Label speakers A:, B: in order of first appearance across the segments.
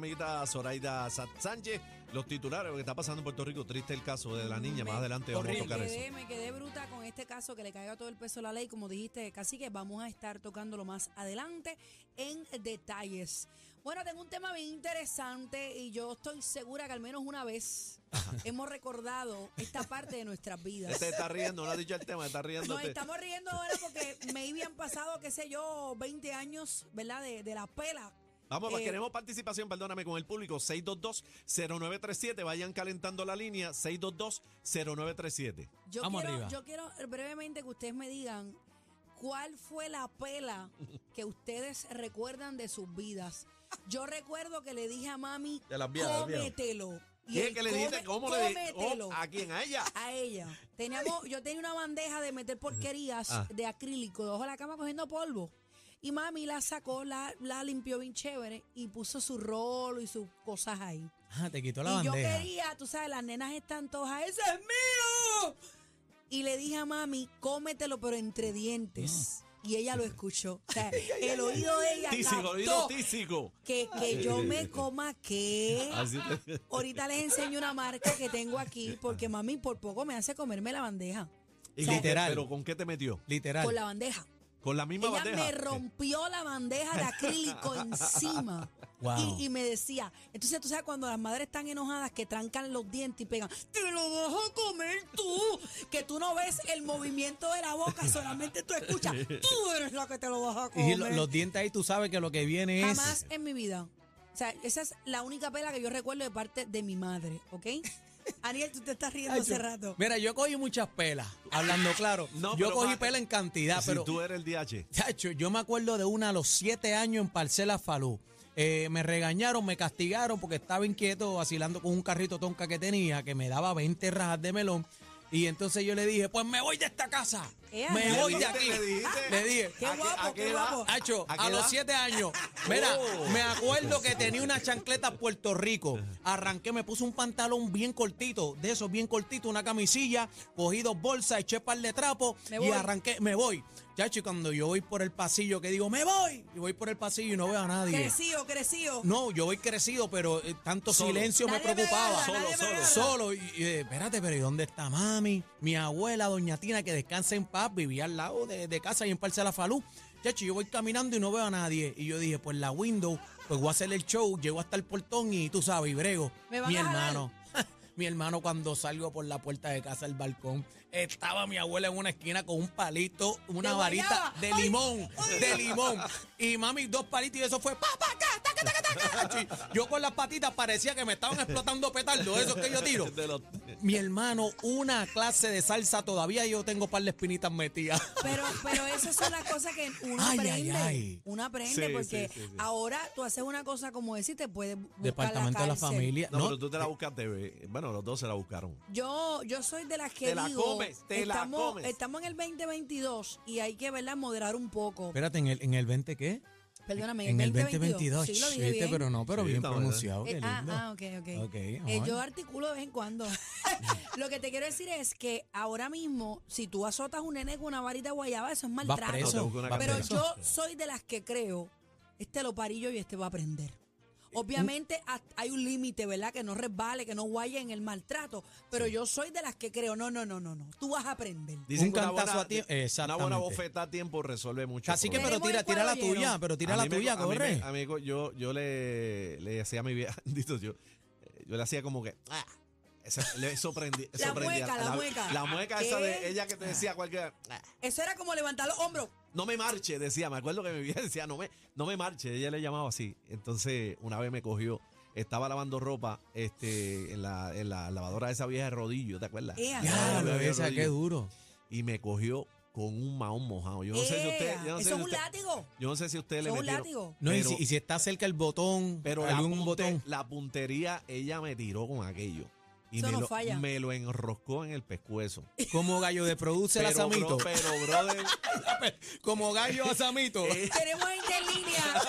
A: amiguita Zoraida Sa- Sánchez. Los titulares, lo que está pasando en Puerto Rico, triste el caso de la niña. Más adelante vamos a
B: Me
A: tocar
B: quedé,
A: eso.
B: me quedé bruta con este caso que le caiga todo el peso a la ley, como dijiste, casi que vamos a estar tocándolo más adelante en detalles. Bueno, tengo un tema bien interesante y yo estoy segura que al menos una vez hemos recordado esta parte de nuestras vidas.
A: Te Este está riendo, no has dicho el tema, te está riendo.
B: Nos estamos riendo ahora porque maybe han pasado, qué sé yo, 20 años, ¿verdad? De, de la pela.
A: Vamos, pues
B: Eh,
A: queremos participación, perdóname, con el público. 622-0937, vayan calentando la línea. 622-0937.
B: Yo
C: Vamos
B: quiero,
C: arriba.
B: Yo quiero brevemente que ustedes me digan cuál fue la pela que ustedes recuerdan de sus vidas. Yo recuerdo que le dije a mami,
A: De las viejas, de las viejas.
B: cómetelo.
A: ¿Y es
B: él
A: que le dijiste?
B: come-
A: ¿Cómo le dijiste?
B: cómetelo.
A: ¿A quién? ¿A ella?
B: A ella. Teníamos, yo tenía una bandeja de meter porquerías
A: Ah.
B: de acrílico debajo de la cama cogiendo polvo. Y mami la sacó, la, la limpió bien chévere y puso su rolo y sus cosas ahí.
C: Ah, te quitó la
B: y yo
C: bandeja.
B: quería, tú sabes, las nenas están todas, ¡ese es mío! Y le dije a mami, cómetelo, pero entre dientes. Y ella lo escuchó. O sea, el oído de ella
A: Tísico, oído
B: captó
A: tísico.
B: que, que yo me coma qué.
A: Así te-
B: Ahorita les enseño una marca que tengo aquí, porque mami por poco me hace comerme la bandeja.
A: Y con
C: sea,
A: qué-
C: literal.
A: ¿Pero con qué te metió?
C: Literal.
B: Con la bandeja.
A: Con la misma
B: Ella
A: bandeja.
B: me rompió la bandeja de acrílico encima.
C: Wow.
B: Y, y me decía, entonces tú sabes cuando las madres están enojadas que trancan los dientes y pegan, te lo vas a comer tú, que tú no ves el movimiento de la boca, solamente tú escuchas, tú eres la que te lo vas a comer.
C: Y lo- los dientes ahí tú sabes que lo que viene es.
B: Jamás en mi vida. O sea, esa es la única pela que yo recuerdo de parte de mi madre, ¿ok? Ariel, tú te estás riendo
C: Ay,
B: hace
C: yo-
B: rato.
C: Mira, yo cogí muchas pelas, hablando claro.
A: No,
C: yo
A: pero
C: cogí
A: ma-
C: pela en cantidad,
A: si
C: pero
A: tú eres el DH.
C: Chacho, yo me acuerdo de una a los siete años en Parcela Falú. Eh, me regañaron, me castigaron porque estaba inquieto vacilando con un carrito tonca que tenía que me daba 20 rajas de melón. Y entonces yo le dije, pues me voy de esta casa.
B: Ea.
C: Me
B: Le
C: voy de
A: dijiste,
C: aquí.
A: le dijiste.
C: Le dije,
B: Qué
A: ¿A qué-
B: guapo,
A: a qué
B: qué
A: edad?
B: guapo.
C: Hacho,
A: ¿A
C: a,
A: qué edad?
C: los siete años. Mira,
A: Oh.
C: me acuerdo que tenía una chancleta Puerto Rico. Arranqué, me puse un pantalón bien cortito, de esos bien cortito, una camisilla, cogí dos bolsas, eché par de trapos
B: Me
C: y
B: voy.
C: arranqué, me voy. Chacho, y cuando yo voy por el pasillo, que digo, me voy, y voy por el pasillo y no veo a nadie.
B: Crecido, crecido.
C: No, yo voy crecido, pero eh, tanto
A: Solo.
C: silencio me
B: Nadie me
C: preocupaba.
B: agarra, nadie me
C: solo,
B: agarra.
C: solo. Y, y, eh, espérate, pero ¿y dónde está mami? Mi abuela, doña Tina, que descansa en paz, vivía al lado de, de casa y en Parcela Falú. Chacho, yo voy caminando y no veo a nadie. Y yo dije, pues la window, pues voy a hacer el show, llego hasta el portón y tú sabes, y brego.
B: Me van
C: Mi
B: a jalar.
C: hermano. Mi hermano cuando salgo por la puerta de casa al balcón, estaba mi abuela en una esquina con un palito, una
B: De
C: varita
B: guayaba.
C: de
B: Ay,
C: limón, de limón. Y mami, dos palitos y eso fue papá, Yo con las patitas parecía que me estaban explotando petardos, eso
A: Este
C: que yo tiro.
A: De los-
C: Mi hermano, una clase de salsa todavía yo tengo par de espinitas metidas.
B: Pero, pero esas son las cosas que uno
C: Ay, ay,
B: aprende.
C: ay.
B: Uno aprende
A: Sí,
B: porque
A: sí, sí, sí.
B: ahora tú haces una cosa como esa y te puedes buscar
C: Departamento
B: la
C: de la
B: cárcel.
C: familia.
A: No,
C: No,
A: pero tú te la buscaste. ve. Bueno, los dos se la buscaron.
B: Yo, yo soy de las que
A: Te la
B: digo,
A: comes, te la
B: estamos,
A: comes.
B: estamos en el 2022 y hay que verla moderar un poco.
C: espérate, ¿en el, en el 20 qué?
B: Perdóname,
C: En el 2022.
B: 2022. Sí, lo dije
C: Chiste,
B: bien.
C: pero no, pero
A: Sí,
C: bien
A: está bien.
C: pronunciado.
B: Eh,
C: Qué
B: ah,
C: lindo.
B: ah, ok, ok.
C: Ok,
B: Eh,
C: ajá.
B: yo articulo de vez en cuando. Lo que te quiero decir es que ahora mismo, si tú azotas un nene con una varita de guayaba, eso es
C: Vas
B: maltrato.
A: No, te
C: preso.
A: busco una
C: vas
B: Pero
C: preso.
B: yo soy de las que creo, este lo parillo y este va a aprender. Obviamente ha- hay un límite, ¿verdad? Que no resbale, que no guaye en el maltrato. Pero yo soy de las que creo, no, no, no, no, no. Tú vas a aprender.
A: Dicen
C: Un
A: que una
C: cantazo
A: buena-
C: a tiempo.
A: Una buena
C: Exactamente.
A: bofeta a tiempo resuelve mucho.
C: Así que,
B: Tenemos
C: pero tira,
B: el
C: tira la
B: cuadro lleno.
C: tuya, pero tira la tuya, corre.
A: Amigo, yo, yo le, le decía a mi vieja, dito, yo, yo le hacía como que. Ah, esa- le sorprendí.
B: La
A: sorprendía.
B: mueca, la mueca.
A: La mueca esa
B: ¿Qué?
A: de ella que te decía cualquier. "Ah,
B: Eso era como levantar los hombros.
A: No me marche, decía. Me acuerdo que mi vieja decía, no me, no me marche. Ella le llamaba así. Entonces, una vez me cogió. Estaba lavando ropa este, en, la, en la lavadora de esa vieja de rodillo, ¿te acuerdas?
B: Ea.
A: La lavadora de
C: Diablo,
A: vieja de
C: esa, qué
A: rodillo.
C: duro.
A: Y me cogió con un maón mojado. Yo no sé si usted.
B: Ea,
A: yo no sé si
B: eso es un
A: usted-
B: látigo.
A: yo no sé si usted
B: Eso
A: le
B: es un
A: metieron-
B: látigo.
C: No, y,
A: Pero-
C: si, y si está cerca el botón,
A: Pero la,
C: algún
A: punte-
C: botón.
A: la puntería, ella me tiró con aquello. Y
B: Eso
A: me,
B: no
A: lo,
B: falla.
A: me lo enroscó en el pescuezo.
C: Como gallo de produce la
A: pero,
C: Samito.
A: bro- pero, brother,
C: Como gallo a Samito.
B: Tenemos gente en línea.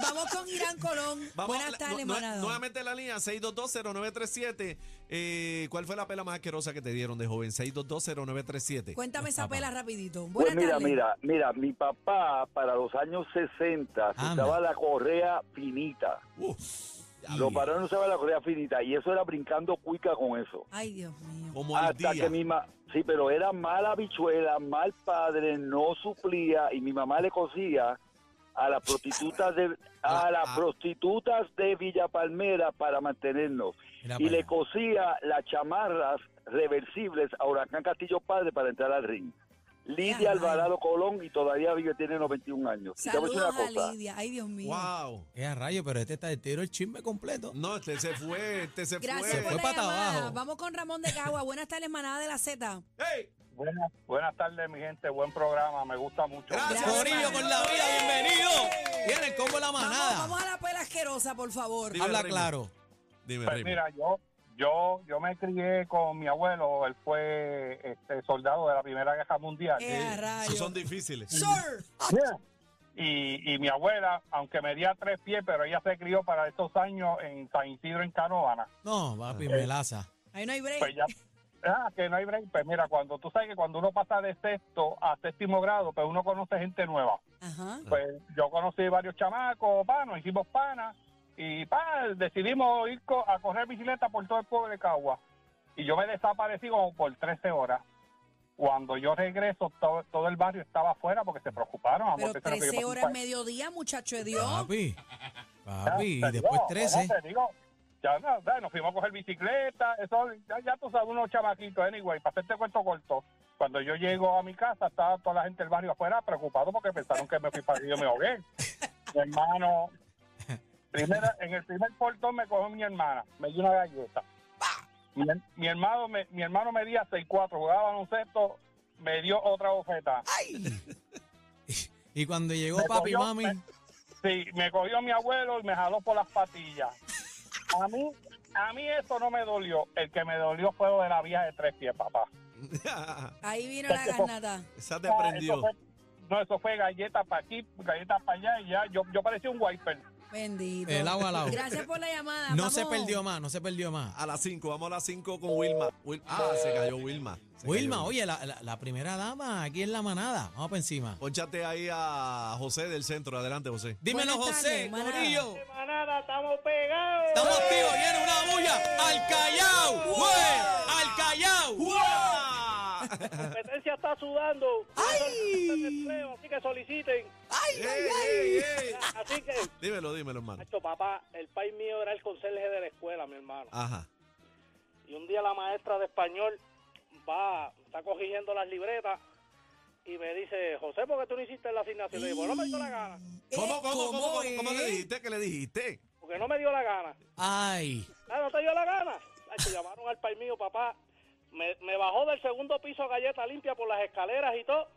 B: Vamos con Irán Colón.
A: vamos
B: Buenas
A: a-
B: tardes,
A: no- no-
B: manada.
A: Nuevamente la línea, 6220937. Eh, ¿Cuál fue la pela más asquerosa que te dieron de joven? 6220937.
B: Cuéntame esa
C: Papá.
B: pela rapidito.
D: Pues
B: Buenas
D: mira,
B: tardes.
D: mira, mira, mi papá para los años 60 se
C: Anda.
D: usaba la correa finita.
A: Uf,
D: Lo paró no usaba la correa finita y eso era brincando cuica con eso.
B: Ay, Dios mío.
A: Como al
D: Hasta
A: día.
D: que mi mamá, sí, pero era mala bichuela, mal padre, no suplía y mi mamá le cosía a las prostitutas de a las
C: Ah.
D: prostitutas de Villa Palmera para mantenernos
C: Mira
D: y
C: para
D: le
C: allá.
D: cosía las chamarras reversibles a Huracán Castillo Padre para entrar al ring. Lidia
B: Ya,
D: Alvarado Colón y todavía vive, tiene 91 años. Y te voy a decir
B: Saludos
D: una cosa.
B: a Lidia. Ay, Dios mío.
A: Wow.
C: Eh, a rayo, pero este está de tiro el chisme completo.
A: No, este se fue, este se fue.
B: Gracias por
C: Fue
B: la
C: pata
B: llamada.
C: abajo.
B: Vamos con Ramón de Cagua. Buenas tardes, manada de la Z.
A: ¡Ey!
E: Buenas, buenas tardes, mi gente. Buen programa, me gusta mucho.
A: Gracias.
C: Corillo con la vida, bienvenido. Viene el combo de la
B: Vamos,
C: manada.
B: vamos a la pela asquerosa, por favor.
A: Dime,
C: Habla
A: Raymond.
C: claro.
A: Dime,
E: Pues
A: Raymond.
E: mira, yo, yo, yo me crié con mi abuelo. Él fue este, soldado de la Primera Guerra Mundial.
B: Eh, a rayos.
A: Esos son difíciles.
B: Sir.
E: Yeah. Y, y mi abuela, aunque medía tres pies, pero ella se crió para estos años en San Isidro, en Canovana.
C: No, papi, melaza.
B: Ahí no hay break.
E: Pues ya, ah, que no hay break. Pues mira, cuando tú sabes que cuando uno pasa de sexto a séptimo grado, pues uno conoce gente nueva.
B: Ajá.
E: pues yo conocí varios chamacos, pa, nos hicimos panas y pa, decidimos ir co- a correr bicicleta por todo el pueblo de Cagua. Y yo me desaparecí como por 13 horas. Cuando yo regreso, to- todo el barrio estaba afuera porque se preocuparon. amor,
B: Pero
E: pensaron que yo
B: 13
E: pasé un
B: horas
E: pa-
B: mediodía, muchacho de Dios.
C: Papi.
E: Ah,
C: Papi, y
E: te
C: después
E: digo,
C: 13.
E: ¿cómo te digo? Ya, no, ya, nos fuimos a coger bicicleta, eso, ya, ya tú sabes, unos chamaquitos, anyway, para hacerte cuento corto, cuando yo llego a mi casa, estaba toda la gente del barrio afuera preocupado porque pensaron que me fui para que yo me ahogué. mi hermano, primera, en el primer portón me cogió mi hermana, me dio una galleta. Mi, mi hermano me, mi hermano medía 6'4", jugaba baloncesto, me dio otra bofeta.
C: Y cuando llegó
E: Me
C: papi y
E: cogió,
C: mami,
E: me- Sí, me cogió mi abuelo y me jaló por las patillas. A mí, a mí eso no me dolió. El que me dolió fue lo de la vieja de tres pies, papá.
B: Ahí vino la garnata.
A: Esa te
E: Ah,
A: prendió.
E: eso fue- no, eso fue galleta para aquí, galleta para allá y ya. Yo, yo parecía un wiper.
B: Bendito.
C: el agua al agua.
B: Gracias por la llamada.
C: No
B: Vamos.
C: se perdió más, no se perdió más.
A: A las 5, vamos a las 5 con Wilma. Wil- ah, se cayó Wilma. Se
C: Wilma,
A: cayó
C: oye, la, la- la primera dama aquí en la manada. Vamos para encima.
A: Ponchate ahí a José del centro. Adelante, José.
C: Dímelo,
B: Buenas
C: José,
B: tardes, manada.
C: Corillo.
F: Manada, estamos pegados.
C: Estamos activos, viene una bulla. Al Callao, güey. Al Callao.
F: La competencia está sudando.
C: ¡Ay!
F: Así que soliciten.
A: ¡Ey, ey, ey!
F: Así que,
A: Dímelo, dímelo, hermano.
F: macho, papá, el país mío era el conserje de la escuela, mi hermano.
A: Ajá.
F: Y un día la maestra de español va, está corrigiendo las libretas y me dice, José, ¿por qué tú no hiciste la asignación? Le digo, no me dio la gana.
B: Eh,
A: ¿Cómo, cómo, cómo, cómo,
B: eh?
A: cómo le dijiste? ¿Qué le dijiste?
F: Porque no me dio la gana.
C: Ay.
F: Ah, no te dio la gana. Macho, llamaron al país mío, papá. Me, me bajó del segundo piso galleta limpia por las escaleras y todo.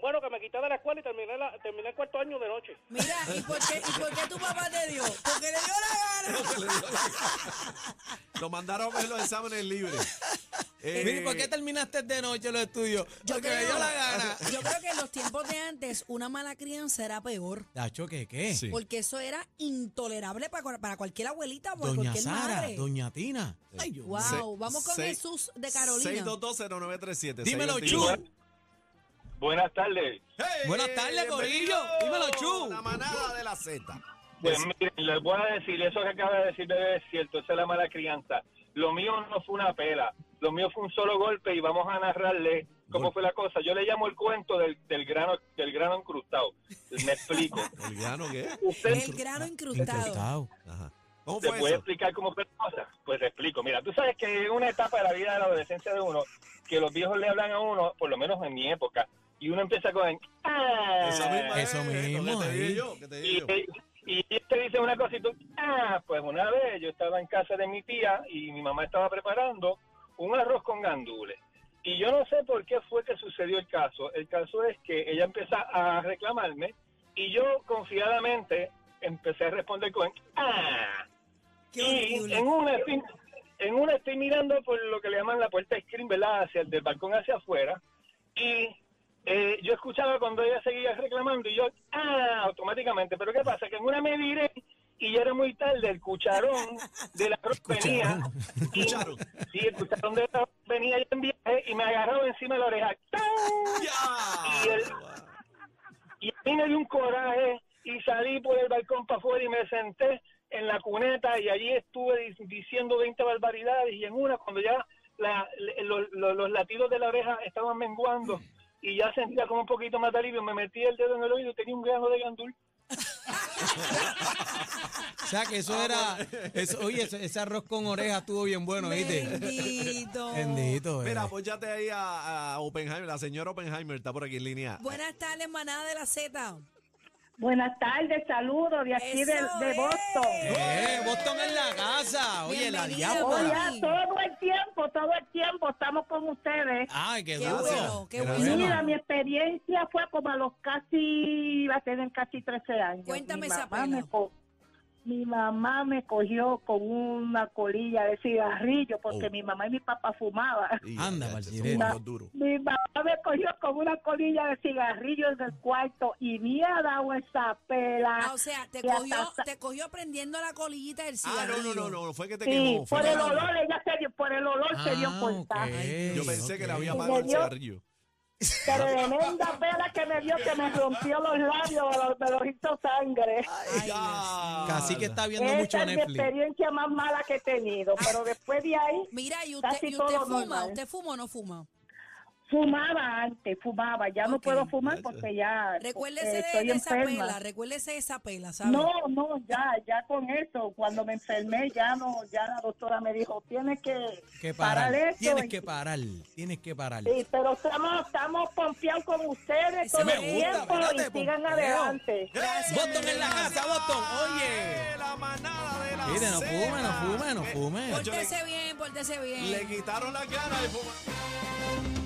F: Bueno, que me quité de la escuela y terminé, la, terminé el cuarto año de noche.
B: Mira, ¿y por, qué, ¿y por qué tu papá te dio? Porque le dio la gana.
A: Lo mandaron a ver los exámenes libres. Eh,
C: Mira, ¿y ¿por qué terminaste de noche los estudios? Porque me dio la gana.
B: Yo creo que en los tiempos de antes, una mala crianza era peor.
C: Dacho, ¿qué qué?
A: Sí.
B: Porque eso era intolerable para, cual- para cualquier abuelita o para
C: Doña
B: cualquier
C: Sara,
B: madre.
C: Doña Tina. Ay, Dios
B: Wow,
C: mío.
A: Se-
B: vamos con
A: seis-
B: Jesús de Carolina.
A: 6220937.
C: Dímelo,
A: 622.
C: Chu.
G: Buenas tardes.
A: ¡Hey!
C: Buenas tardes,
A: Bienvenido.
C: Corillo. Dímelo, Chu.
A: La manada de la Z.
G: Pues miren, les voy a decir, eso que acaba de decir bebé es cierto, esa es la mala crianza. Lo mío no fue una pela, lo mío fue un solo golpe y vamos a narrarle cómo
A: Gol-
G: fue la cosa. Yo le llamo el cuento del, del grano del grano encrustado. Me explico.
A: ¿El grano qué?
G: Usted
B: El grano incrustado.
C: Ah, Incrustado.
A: Ajá. ¿Cómo
G: te
A: fue
G: puede
A: eso?
G: explicar cómo fue la cosa. Pues te explico. Mira, tú sabes que es una etapa de la vida de la adolescencia de uno que los viejos le hablan a uno, por lo menos en mi época, y uno empieza con "Ah".
A: Esa misma
C: Eso
A: es, lo
C: mismo,
A: Que te dije
C: ahí.
A: yo, que te dije
G: y,
A: yo.
G: y y te dice una cosa y tú, ah, pues una vez yo estaba en casa de mi tía y mi mamá estaba preparando un arroz con gandules. Y yo no sé por qué fue que sucedió el caso. El caso es que ella empieza a reclamarme y yo confiadamente empecé a responder con, ah.
B: Qué
G: y
B: horrible.
G: en una, estoy, en una estoy mirando por lo que le llaman la puerta screen, ¿verdad? Hacia el del balcón hacia afuera. Y eh, yo escuchaba cuando ella seguía reclamando y yo, ah, automáticamente. Pero ¿qué pasa? Que en una me viré y ya era muy tarde, el cucharón de la arroz venía. y-
A: Escucharon.
G: Sí, el cucharón de la arroz venía ya en viaje y me agarró encima de la oreja. ¡Tan!
A: Ya.
G: Y el- y a mí me dio un coraje y salí por el balcón para afuera y me senté en la cuneta y allí estuve di- diciendo 20 barbaridades y en una cuando ya la- lo- lo- los latidos de la oreja estaban menguando y ya sentía como un poquito más de alivio, me metí el dedo en el oído y tenía un grano de gandul.
C: O sea que
B: Ah,
C: eso era. eso- oye, ese, ese arroz con oreja estuvo bien bueno, ¿viste?
B: Bendito.
C: Bendito.
A: Mira,
C: eh.
H: pues,
A: ponchate ahí a, a Oppenheimer, la señora Oppenheimer está por aquí en línea.
B: Buenas tardes, manada de la Z.
H: Buenas tardes, saludos de aquí de,
B: Eso
H: de
B: es.
H: Boston.
C: Eh, Boston en la casa. Oye, la
B: Bienvenida,
H: Oh,
C: diáspora.
B: Boston.
H: ya, todo el tiempo, todo el tiempo estamos con ustedes.
C: Ay, qué
B: Qué
C: duro.
B: bueno, qué bueno.
A: bueno.
H: Mira, mi experiencia fue como a los casi, va a tener casi 13 años.
B: Cuéntame
H: mi
B: esa
H: mamá, me
B: pela.
H: co- mi mamá me cogió con una colilla de cigarrillo porque
A: Oh.
H: mi mamá y mi papá fumaban.
A: Y,
C: Anda,
A: ya, ya,
C: Valdirena.
A: somos los duros.
H: Mi mamá me cogió con una colilla de cigarrillos del cuarto y me ha dado esa pela.
B: Ah, o sea, te
H: Y hasta-
B: cogió, te cogió prendiendo la colillita del cigarrillo.
A: Ah, no, no, no, no, no, fue que te
H: Sí,
A: quemó. fue
H: por
A: que
H: el
A: te quemó.
H: olor, ella se dio, por el olor se dio
C: Ah,
H: cuenta.
C: ok,
A: Yo pensé que
C: ok.
A: le había
H: Y me
A: apagado el
H: dio-
A: cigarrillo.
H: Pero tremenda pela que me dio que me rompió los labios, me los hizo sangre.
B: Ay, Dios.
A: Ah,
C: Casi que está viendo
H: Esa
C: mucho
H: es mi
C: Netflix.
H: experiencia más mala que he tenido, pero después de ahí
B: Mira, y usted,
H: Casi
B: y usted
H: todo
B: fuma,
H: normal.
B: ¿usted fuma o no fuma?
H: fumaba antes, fumaba, ya no
B: Ok.
H: puedo fumar porque ya
B: Recuérdese
H: eh,
B: de,
H: estoy
B: de esa
H: enferma.
B: pela, recuérdese de esa pela, ¿sabe?
H: No, no, ya, ya con eso, cuando me enfermé ya no, ya la doctora me dijo, tienes que,
C: Que parar.
H: esto.
C: Tienes
H: Y-
C: que parar. Tienes que parar.
H: Sí, pero estamos, estamos pompeados con ustedes
B: Eso
H: todo
B: me
H: el
B: gusta,
H: tiempo
C: espérate,
H: y sigan
C: pompeo.
H: adelante.
B: Gracias,
C: Boston en la
B: gracias.
C: casa, Boston. Oye.
A: La manada de la
C: Mire, no
A: Z.
C: fume, no fume, no
A: Eh,
C: fume.
A: Nacho, le-
B: Pórtese bien, pórtese bien.
A: Le quitaron la cara y fuma.